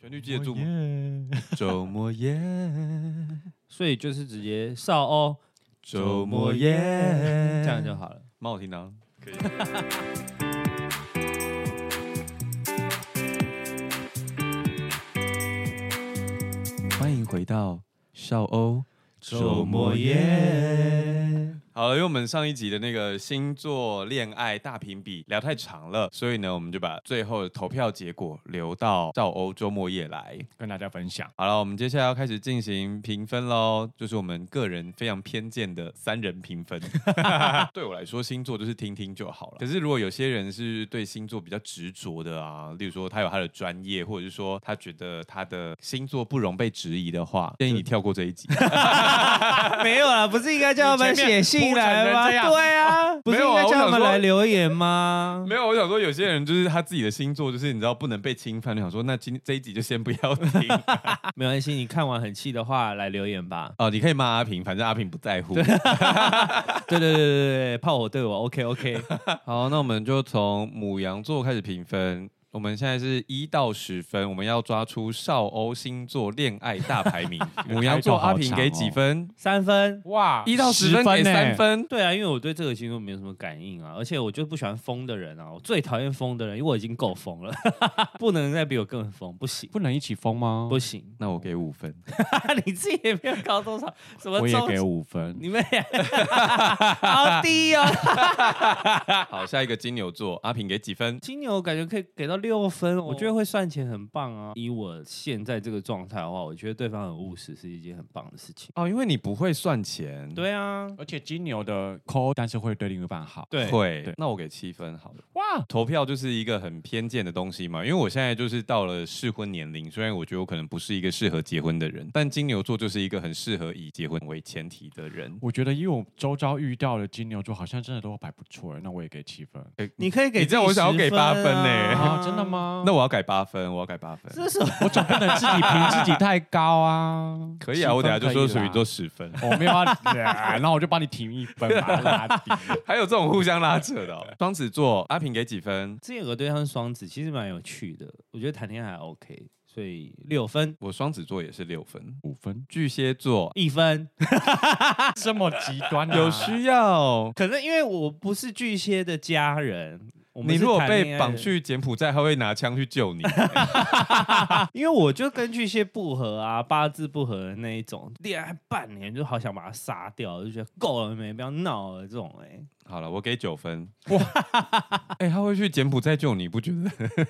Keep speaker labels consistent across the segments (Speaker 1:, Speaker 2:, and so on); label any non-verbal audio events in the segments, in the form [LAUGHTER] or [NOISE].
Speaker 1: 旋律记得住吗？
Speaker 2: 哦
Speaker 3: 耶
Speaker 1: 周末夜， [LAUGHS]
Speaker 2: 所以就是直接少哦，
Speaker 1: 周末夜，
Speaker 2: 这样就好了。
Speaker 1: 蛮好听的、啊。可以。 [LAUGHS] 欢迎回到少欧周末夜。好了，因为我们上一集的那个星座恋爱大评比聊太长了，所以呢，我们就把最后的投票结果留到少欧周末夜来。
Speaker 3: 跟大家分享，
Speaker 1: 好了，我们接下来要开始进行评分喽，就是我们个人非常偏见的三人评分。 [LAUGHS] 对我来说，星座就是听听就好了。可是如果有些人是对星座比较执着的啊，例如说他有他的专业，或者是说他觉得他的星座不容被质疑的话，建议你跳过这一集。
Speaker 2: 啊没有啦，不是应该叫他们写信来
Speaker 3: [LAUGHS]
Speaker 2: 吗？
Speaker 3: 你前面铺陈成这样
Speaker 2: 对啊，不是应该叫他们来留言吗？
Speaker 1: 没有，我想说有些人就是他自己的星座，就是你知道不能被侵犯，就想说那今这一集就先不要听
Speaker 2: [LAUGHS] 没关系，你看完很气的话来留言吧。
Speaker 1: 哦，你可以骂阿平，反正阿平不在乎。
Speaker 2: 对对对对对对，炮火对我 OK OK。
Speaker 1: 好，那我们就从母羊座开始评分。我们现在是一到十分，我们要抓出少欧星座恋爱大排 [LAUGHS] 名。母羊座阿平给几分？
Speaker 2: [LAUGHS] 三分，欸
Speaker 3: 哇，欸
Speaker 1: 一到哦啊十分欸给三分。
Speaker 2: 对啊，因为我对这个星座没有什么感应啊，而且我就不喜欢疯的人啊，我最讨厌疯的人，因为我已经够疯了， [LAUGHS] 不能再比我更疯，不行
Speaker 3: 不能一起疯吗？
Speaker 2: 不行。 [LAUGHS]
Speaker 1: 那我给五分。
Speaker 2: 你自己也没有高多少，什么
Speaker 3: 我也
Speaker 2: 中
Speaker 3: 给五分。
Speaker 2: 你们也好低哦。 [LAUGHS]
Speaker 1: 好，下一个金牛座阿平给几分？
Speaker 2: 金牛感觉可以给到六分，我觉得会算钱很棒啊。以我现在这个状态的话，我觉得对方很务实是一件很棒的事情。
Speaker 1: 哦，因为你不会算钱，
Speaker 2: 对啊，
Speaker 3: 而且金牛的抠，但是会对另一半好。
Speaker 2: 对
Speaker 1: 会
Speaker 3: 对。
Speaker 1: 那我给七分好了。
Speaker 3: 哇，
Speaker 1: 投票就是一个很偏见的东西嘛，因为我现在就是到了适婚年龄，虽然我觉得我可能不是一个适合结婚的人，但金牛座就是一个很适合以结婚为前提的人。
Speaker 3: 我觉得因为我周遭遇到的金牛座好像真的都还不错，那我也给七分。
Speaker 2: 你可以给
Speaker 1: 你这样我想要
Speaker 2: 自己
Speaker 1: 给
Speaker 2: 10
Speaker 1: 八分欸
Speaker 2: 啊
Speaker 3: 啊，真的？吗？
Speaker 1: 那我要改八分，我要改八分。
Speaker 2: 这是什么
Speaker 3: 我总不能自己评自己太高啊。
Speaker 1: 可以啊，我等下就说
Speaker 3: 七
Speaker 1: 水
Speaker 3: 分可以啦
Speaker 1: 瓶座十
Speaker 3: [LAUGHS]
Speaker 1: 分，
Speaker 3: 我没有要， [LAUGHS] 然后我就帮你停一分，把它拉低。
Speaker 1: 还有这种互相拉扯的、
Speaker 3: [LAUGHS]
Speaker 1: 哦。双子座，阿平给几分？
Speaker 2: 之前有个对象是双子，其实蛮有趣的，我觉得谈恋爱还 OK，所以六分
Speaker 1: 我双子座也是六分。
Speaker 3: 五分，
Speaker 1: 巨蟹座
Speaker 2: 一分。
Speaker 3: 这么极端、啊
Speaker 1: 有需要，
Speaker 2: 可能因为我不是巨蟹的家人，我们
Speaker 1: 你
Speaker 2: 是
Speaker 1: 如果
Speaker 2: 谈恋
Speaker 1: 被
Speaker 2: 爱
Speaker 1: 绑
Speaker 2: 的，
Speaker 1: 去柬埔寨，他会拿枪去救
Speaker 3: [LAUGHS]
Speaker 1: 你。
Speaker 2: 啊因为我就跟巨蟹不合啊，八字不合的那一种，恋爱半年就好想把他杀掉，就觉得够了没，不要闹了这种哎、
Speaker 1: 好了，我给九分。哇， [LAUGHS] 哎、他会去柬埔寨救你，不觉得？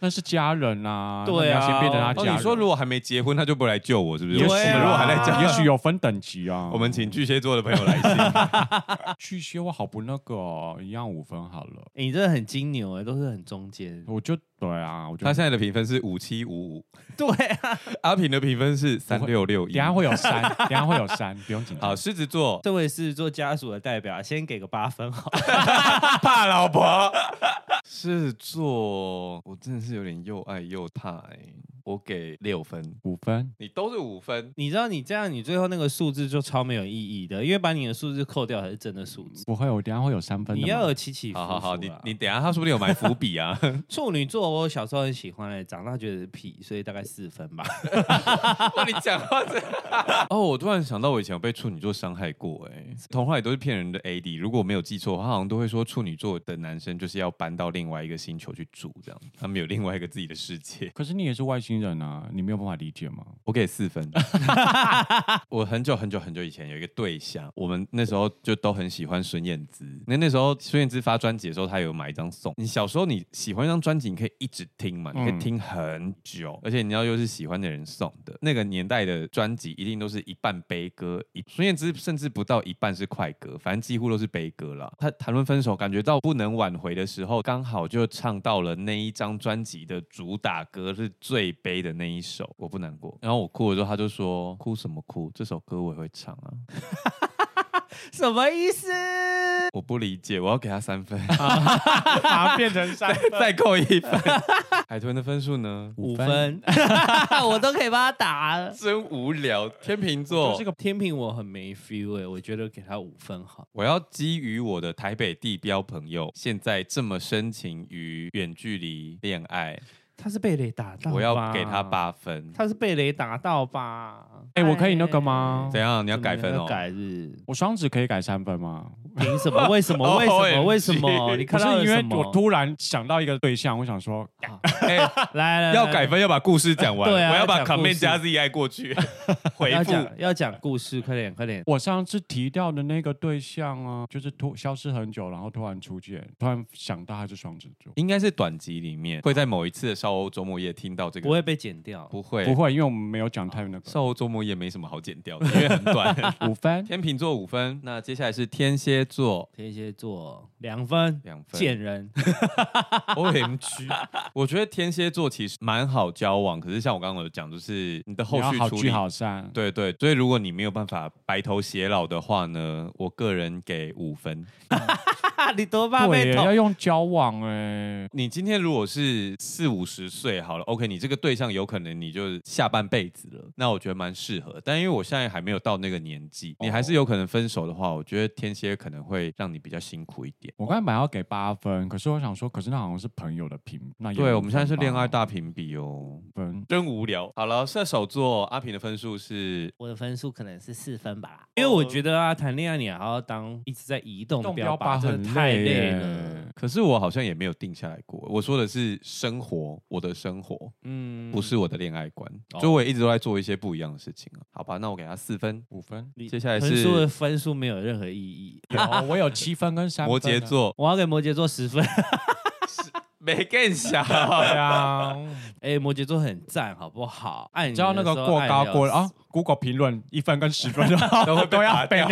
Speaker 3: 那是家人啊，
Speaker 2: 对啊
Speaker 3: 那你要先变成他
Speaker 1: 哦，
Speaker 3: 家人。
Speaker 1: 你说如果还没结婚，他就不来救我，是不是？
Speaker 3: 也许
Speaker 1: 我
Speaker 2: 对啊
Speaker 1: 们如果还在
Speaker 3: 讲，
Speaker 1: 家，
Speaker 3: 也许有分等级啊。
Speaker 1: 我们请巨蟹座的朋友
Speaker 3: [LAUGHS]
Speaker 1: 来信。
Speaker 3: 巨蟹，我好不那个、哦，一样五分好了。
Speaker 2: 欸你真的很金牛哎、都是很
Speaker 1: [LAUGHS]
Speaker 2: 中间。
Speaker 3: 我就对啊，我就
Speaker 1: 他现在的评分是五七五五，
Speaker 2: 对啊，
Speaker 1: 阿平的评分是三六六
Speaker 3: 等
Speaker 1: 一
Speaker 3: 一。下会有三，等一下会有三，不用紧张。
Speaker 1: 好，狮子座，
Speaker 2: 这位是做家属的代表，先给个八分好了。 [LAUGHS]
Speaker 1: 怕老婆。狮子座，我真的是有点又爱又怕哎、我给六分，
Speaker 3: 五分，
Speaker 1: 你都是五分。
Speaker 2: 你知道你这样，你最后那个数字就超没有意义的，因为把你的数字扣掉才是真的数字。
Speaker 3: 不会，我等一下会有三分的
Speaker 2: 你
Speaker 3: 吗。
Speaker 2: 要有起起伏伏
Speaker 1: 好
Speaker 2: 啊。
Speaker 1: 好好，你你等一下，他说不定有埋伏笔 [LAUGHS] 啊。
Speaker 2: 处女座，我小时候很喜欢欸长大觉得是屁，所以大概四分吧。 [LAUGHS]
Speaker 1: 哇，你讲话这…… [LAUGHS] 哦，我突然想到，我以前有被处女座伤害过、哎，童话里都是骗人的 AD。如果我没有记错，他好像都会说处女座的男生就是要搬到另外一个星球去住，这样他们有另外一个自己的世界。
Speaker 3: 可是你也是外星人啊，你没有办法理解吗？
Speaker 1: 我给四分。我很久很久很久以前有一个对象，我们那时候就都很喜欢孙燕姿。那那时候孙燕姿发专辑的时候，她有买一张送。你小时候你喜欢一张专辑，你可以一直听嘛，你可以
Speaker 3: 嗯
Speaker 1: 听很久，而且你要又是喜欢的人送的。那个年代的专辑一定都是一半悲歌，一孙燕姿甚至不到一半是快歌，反正几乎都是悲歌了。她谈论分手，感觉到不能挽回的时候，刚好就唱到了那一张专辑的主打歌是最悲的那一首，我不难过。然后我哭的时候，她就说哭什么哭，这首歌我也会唱 [LAUGHS] 啊。
Speaker 2: 什么意思？
Speaker 1: 我不理解，我要给他三 [LAUGHS] 分，
Speaker 3: 把它变成三
Speaker 1: 再扣一分。 [LAUGHS] 海豚的分数呢？
Speaker 2: 五分， [LAUGHS] 我都可以帮他打了。
Speaker 1: [LAUGHS] 真无聊。天秤
Speaker 2: 就
Speaker 1: 座
Speaker 2: 这，个天平我很没 feel 哎、我觉得给他五分好。
Speaker 1: 我要基于我的台北地标朋友现在这么深情于远距离恋爱，
Speaker 2: [LAUGHS] 他是被雷打到，
Speaker 1: 我要给他，八分。
Speaker 2: 他是被雷打到吧？
Speaker 3: 哎我可以那个吗
Speaker 1: 怎样？你要改分
Speaker 2: 怎
Speaker 1: 哦
Speaker 2: 么要？改 [LAUGHS] 日？
Speaker 3: 我双子可以改三分吗？
Speaker 2: 凭什么？为什么？ [LAUGHS]
Speaker 1: 哦
Speaker 2: 为什么？
Speaker 1: OMG
Speaker 2: 为什 [LAUGHS] 么？你
Speaker 3: 可
Speaker 2: 看
Speaker 3: 是
Speaker 2: 到了
Speaker 3: 因为
Speaker 2: 什么
Speaker 3: 我突然想到一个对象，我想说，
Speaker 1: 哎，
Speaker 2: [LAUGHS] 来 [LAUGHS] 来来
Speaker 1: 要改分要把故事讲完，
Speaker 2: [LAUGHS] 对啊
Speaker 1: 我要把
Speaker 2: 要讲
Speaker 1: comment
Speaker 2: 故事
Speaker 1: 加 Z E I 过
Speaker 2: [LAUGHS]
Speaker 1: 去回
Speaker 2: 要
Speaker 1: 复。
Speaker 2: 讲要讲故事，快点快 [LAUGHS] 点！
Speaker 3: 我上次提到的那个对象啊，就是突消失很久，然后突然出现，突然想到他是双子座，
Speaker 1: 应该是短集里面会在某一次的少欧周末夜听到这个，
Speaker 2: 不会被剪掉。
Speaker 1: 不会
Speaker 3: 不会，因为我们没有讲太那个
Speaker 1: 少欧周末夜没什么好剪掉的，因为很
Speaker 2: [LAUGHS]
Speaker 1: 短。
Speaker 3: 五分。
Speaker 1: 天秤座五分，那接下来是天蝎座
Speaker 2: 天蝎座两分，
Speaker 1: 两分。
Speaker 2: 贱人
Speaker 3: [LAUGHS]
Speaker 1: O M G，我觉得天蝎座其实蛮好交往，可是像我刚刚有讲，就是你的后
Speaker 3: 你要
Speaker 1: 续
Speaker 3: 好
Speaker 1: 处
Speaker 3: 聚
Speaker 1: 理。
Speaker 3: 好散，
Speaker 1: 对对，所以如果你没有办法白头偕老的话呢，我个人给五分。
Speaker 2: 啊！你多怕
Speaker 3: 对
Speaker 2: 被
Speaker 3: 耶，
Speaker 2: 捅
Speaker 3: 要用交往哎，
Speaker 1: 你今天如果是四五十岁好了，OK，你这个对象有可能你就下半辈子了，那我觉得蛮适合。但因为我现在还没有到那个年纪，
Speaker 3: 哦
Speaker 1: 你还是有可能分手的话，我觉得天蝎可能会让你比较辛苦一点。
Speaker 3: 我刚才本来要给八分，可是我想说，可是那好像是朋友的评，那也
Speaker 1: 对，
Speaker 3: 五
Speaker 1: 我们现在是
Speaker 3: 分吧
Speaker 1: 恋爱大评比哦，
Speaker 3: 分，
Speaker 1: 真无聊。好了，射手座阿平的分数是
Speaker 2: 我的分数可能是四分吧，因为我觉得啊，谈恋爱你还要当一直在移动
Speaker 3: 动
Speaker 2: 标
Speaker 3: 标靶
Speaker 2: 真
Speaker 3: 很
Speaker 2: 的太累
Speaker 3: 耶
Speaker 2: 了。。
Speaker 1: 可是我好像也没有定下来过。我说的是生活，我的生活
Speaker 2: 嗯
Speaker 1: 不是我的恋爱观，
Speaker 2: 哦，
Speaker 1: 所以我也一直都在做一些不一样的事情啊。好吧，那我给他四分。
Speaker 3: 五分
Speaker 2: 你
Speaker 1: 接下来
Speaker 2: 分
Speaker 1: 是
Speaker 2: 数的分数没有任何意义。
Speaker 3: 有我有七分跟三分啊。
Speaker 1: 摩羯座，
Speaker 2: 我要给摩羯座十 [LAUGHS] 分，
Speaker 1: 没更
Speaker 2: [LAUGHS]
Speaker 1: 小。
Speaker 3: 对啊，
Speaker 2: 哎，摩羯座很赞，好不好？按
Speaker 3: 你知道那个过高过了啊，？Google 评论一分跟十分都都会都要被掉。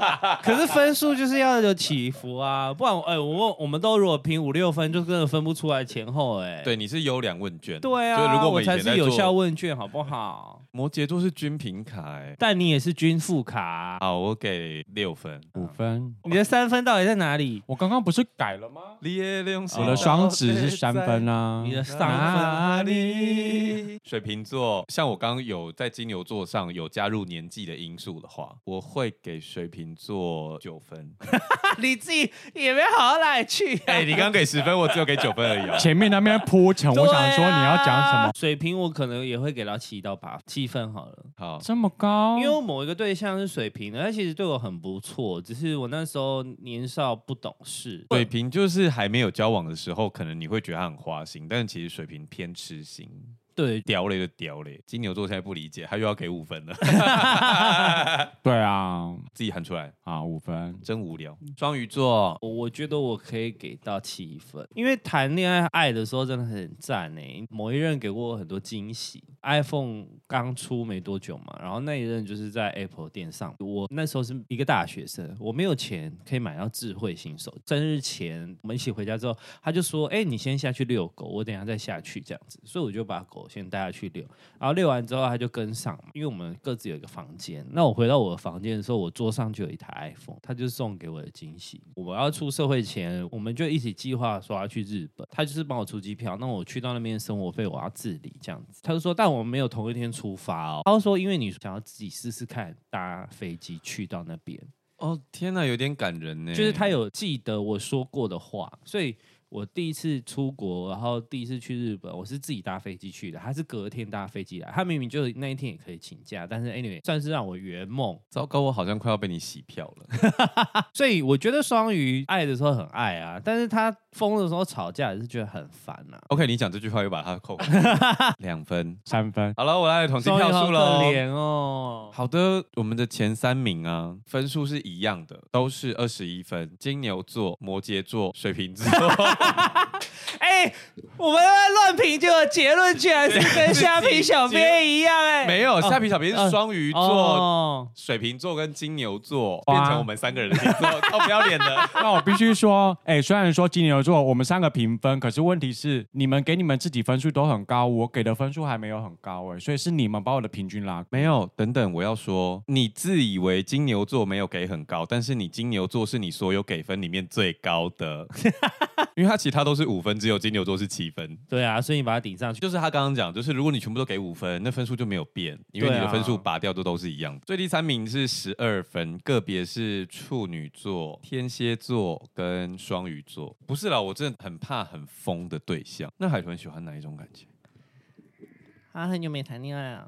Speaker 2: [LAUGHS] 可是分数就是要有起伏啊，不然哎，我们我们都如果评五六分，就真的分不出来前后哎。
Speaker 1: 对，你是优良问卷。
Speaker 2: 对啊，
Speaker 1: 就如果
Speaker 2: 我
Speaker 1: 们以
Speaker 2: 才
Speaker 1: 前在
Speaker 2: 是有
Speaker 1: 做
Speaker 2: 效问卷，好不好？
Speaker 1: 摩羯座是均平卡、欸。
Speaker 2: 但你也是均富卡啊、
Speaker 1: 好，我给六分。
Speaker 3: 五分，
Speaker 2: 你的三分到底在哪里？
Speaker 3: 我刚刚不是改了吗？我
Speaker 1: 我
Speaker 3: 的双子是三分
Speaker 1: 啊。
Speaker 3: 啊，
Speaker 2: 你的上啊分
Speaker 3: 哪
Speaker 1: 里？水瓶座，像我刚刚有在金牛座上有加入年纪的因素的话，我会给水瓶座九
Speaker 2: [LAUGHS]
Speaker 1: 分。
Speaker 2: [LAUGHS] 你自己也没好到哪里去、
Speaker 1: 哎、你刚刚给十分，我只有给九分而已、哦。
Speaker 3: 前面那边铺陈，我想说你要讲
Speaker 2: [LAUGHS]
Speaker 3: 什么？
Speaker 2: 水平我可能也会给到七到八，七分好了。
Speaker 1: 好，
Speaker 3: 这么高？
Speaker 2: 因为我某一个对象是水平的，他其实对我很不错，只是我那时候年少不懂事。
Speaker 1: 水瓶就是还没有交往的时候，可能你会觉得他很花心，但其实水瓶偏痴心，
Speaker 2: 对，
Speaker 1: 屌嘞就屌嘞。金牛座现在不理解，他又要给五分了， [LAUGHS]
Speaker 3: 对啊，
Speaker 1: 自己喊出来，
Speaker 3: 啊五分，
Speaker 1: 真无聊。双鱼座，
Speaker 2: 我我觉得我可以给到七分，因为谈恋爱爱的时候真的很赞哎、某一任给过我很多惊喜，iPhone 刚出没多久嘛，然后那一任就是在 Apple 店上，我那时候是一个大学生，我没有钱可以买到智慧型手机。生日前我们一起回家之后，他就说：“哎、你先下去遛狗，我等一下再下去这样子。”所以我就把狗先带下去遛，然后遛完之后他就跟上嘛，因为我们各自有一个房间。那我回到我的房间的时候，我桌上就有一台 iPhone，他就送给我的惊喜。我要出社会前，我们就一起计划说要去日本，他就是帮我出机票，那我去到那边生活费我要自理这样子。他就说，但我们没有同一天出发哦。他就说，因为你想要自己试试看搭飞机去到那边，
Speaker 1: 哦天哪，有点感人呢。
Speaker 2: 就是他有记得我说过的话，所以我第一次出国，然后第一次去日本，我是自己搭飞机去的，他是隔天搭飞机来，他明明就那一天也可以请假，但是 anyway 算是让我圆梦。
Speaker 1: 糟糕，我好像快要被你洗票了。
Speaker 2: 所以我觉得双鱼爱的时候很爱啊，但是他疯的时候吵架也是觉得很烦啊。
Speaker 1: OK，你讲这句话又把它扣回
Speaker 2: [LAUGHS]
Speaker 1: 来两分。
Speaker 3: 三分，
Speaker 1: 好了，我来统计
Speaker 2: 双鱼
Speaker 1: 票
Speaker 2: 好
Speaker 1: 数
Speaker 2: 可
Speaker 1: 喽。
Speaker 2: 怜哦，
Speaker 1: 好的，我们的前三名啊，分数是一样的，都是二十一分。金牛座、摩羯座、水瓶
Speaker 2: [LAUGHS]
Speaker 1: 座，
Speaker 2: 哎、我们乱评，结果结论居然是
Speaker 1: [LAUGHS]
Speaker 2: 跟虾皮小编一样、哎，
Speaker 1: 没有虾皮小编是双鱼座、
Speaker 2: 哦，
Speaker 1: 水瓶座跟金牛座，
Speaker 3: 哇
Speaker 1: 变成我们三个人的星座， [LAUGHS] 哦，不要脸了。
Speaker 3: 那我必须说，哎、虽然说金牛座我们三个平分，可是问题是你们给你们自己分数都很高，我给的分数还没有很高哎、所以是你们把我的平均拉高。
Speaker 1: 没有，等等，我要说，你自以为金 [LAUGHS] 牛座没有给很高，但是你金牛座是你所有给分里面最高的。因为他其他都是五分，只有金牛座是七分。
Speaker 2: 对啊，所以你把它顶上去，
Speaker 1: 就是他刚刚讲，就是如果你全部都给五分，那分数就没有变，因为你
Speaker 2: 对
Speaker 1: 的
Speaker 2: 啊
Speaker 1: 分数拔掉都都是一样的。最第三名是十二分，个别是处女座、天蝎座跟双鱼座。不是啦，我真的很怕很疯的对象。那海豚喜欢哪一种感觉？
Speaker 4: 他很久没谈恋爱了，啊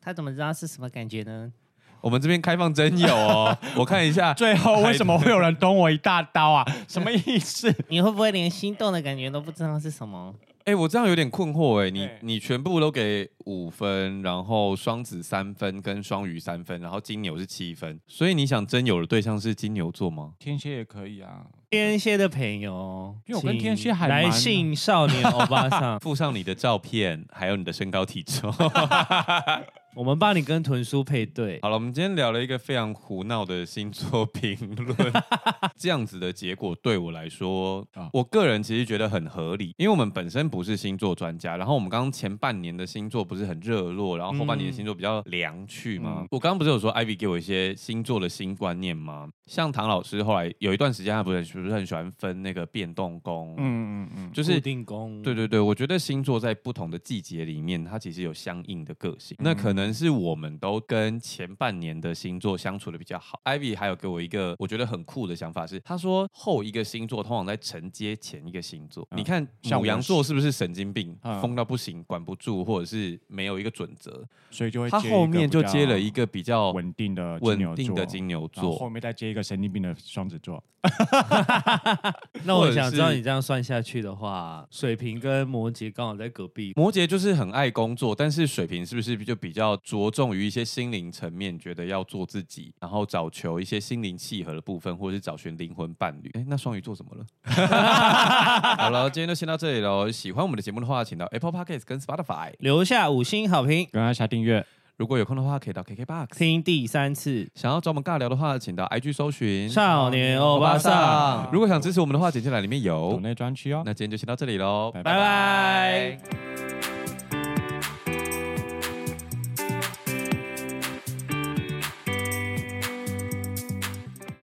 Speaker 4: 他怎么知道是什么感觉呢？
Speaker 1: 我们这边开放真友哦，我看一下。
Speaker 3: 最后为什么会有人捅我一大刀啊？什么意 [LAUGHS] 思？
Speaker 4: 你会不会连心动的感觉都不知道是什么？
Speaker 1: 哎、我这样有点困惑哎，你
Speaker 3: 对
Speaker 1: 你全部都给五分，然后双子三分跟双鱼三分，然后金牛是七分，所以你想真友的对象是金牛座吗？，
Speaker 3: 天蝎也可以啊，
Speaker 2: 天蝎的朋友，
Speaker 3: 因为我跟天蝎还蛮
Speaker 2: 男性少年欧巴桑
Speaker 1: 附上你的照片，还有你的身高体重。
Speaker 2: [LAUGHS] 我们帮你跟豚叔配对。
Speaker 1: 好了，我们今天聊了一个非常胡闹的星座评
Speaker 3: [LAUGHS]
Speaker 1: 论，这样子的结果对我来说
Speaker 3: 啊，
Speaker 1: 我个人其实觉得很合理，因为我们本身不是星座专家，然后我们刚刚前半年的星座不是很热络，然后后半年的星座比较凉去嘛。
Speaker 3: 嗯
Speaker 1: 我刚刚不是有说 Ivy 给我一些星座的新观念吗？像唐老师后来有一段时间，他不是很不是很喜欢分那个变动宫，
Speaker 3: 嗯嗯嗯，
Speaker 1: 就
Speaker 2: 就是定功，
Speaker 1: 对对对，我觉得星座在不同的季节里面，它其实有相应的个性。那可
Speaker 3: 嗯
Speaker 1: 能是我们都跟前半年的星座相处的比较好。Ivy 还有给我一个我觉得很酷的想法是，他说后一个星座通常在承接前一个星座。
Speaker 3: 嗯
Speaker 1: 你看
Speaker 3: 像
Speaker 1: 母
Speaker 3: 我
Speaker 1: 羊
Speaker 3: 是
Speaker 1: 座是不是神经病，
Speaker 3: 嗯
Speaker 1: 疯到不行，管不住，或者是没有一个准则？
Speaker 3: 所以就会
Speaker 1: 他
Speaker 3: 接一个
Speaker 1: 后面就
Speaker 3: 比较
Speaker 1: 接了一个比较
Speaker 3: 稳定的金牛
Speaker 1: 稳
Speaker 3: 座
Speaker 1: 定的金牛
Speaker 3: 然后
Speaker 1: 座
Speaker 3: 后。面再接一个神经病的双子座。
Speaker 2: 那我
Speaker 1: 或者
Speaker 2: 想知道
Speaker 1: 是
Speaker 2: 你这样算下去的话，水瓶跟摩羯刚好在隔壁，
Speaker 1: 摩羯就是很爱工作，但是水瓶是不是就比较着重于一些心灵层面，觉得要做自己，然后找求一些心灵契合的部分，或者是找寻灵魂伴侣？哎，那双鱼座怎么了？ [LAUGHS] 好了，今天就先到这里喽。喜欢我们的节目的话，请到 Apple Podcast 跟 Spotify。
Speaker 2: 留下五星好评，
Speaker 3: 跟按下订阅，
Speaker 1: 如果有空的话，可以到 KKBox。
Speaker 2: 听第三次
Speaker 1: 想要找我们尬聊的话，请到 IG 搜寻
Speaker 2: 少年欧巴桑。
Speaker 1: 如果想支持我们的话，简介栏里面
Speaker 3: 抖
Speaker 1: 有。
Speaker 3: 内专区哦。
Speaker 1: 那今天就先到这里喽，
Speaker 3: 拜拜
Speaker 2: 拜拜。
Speaker 1: 拜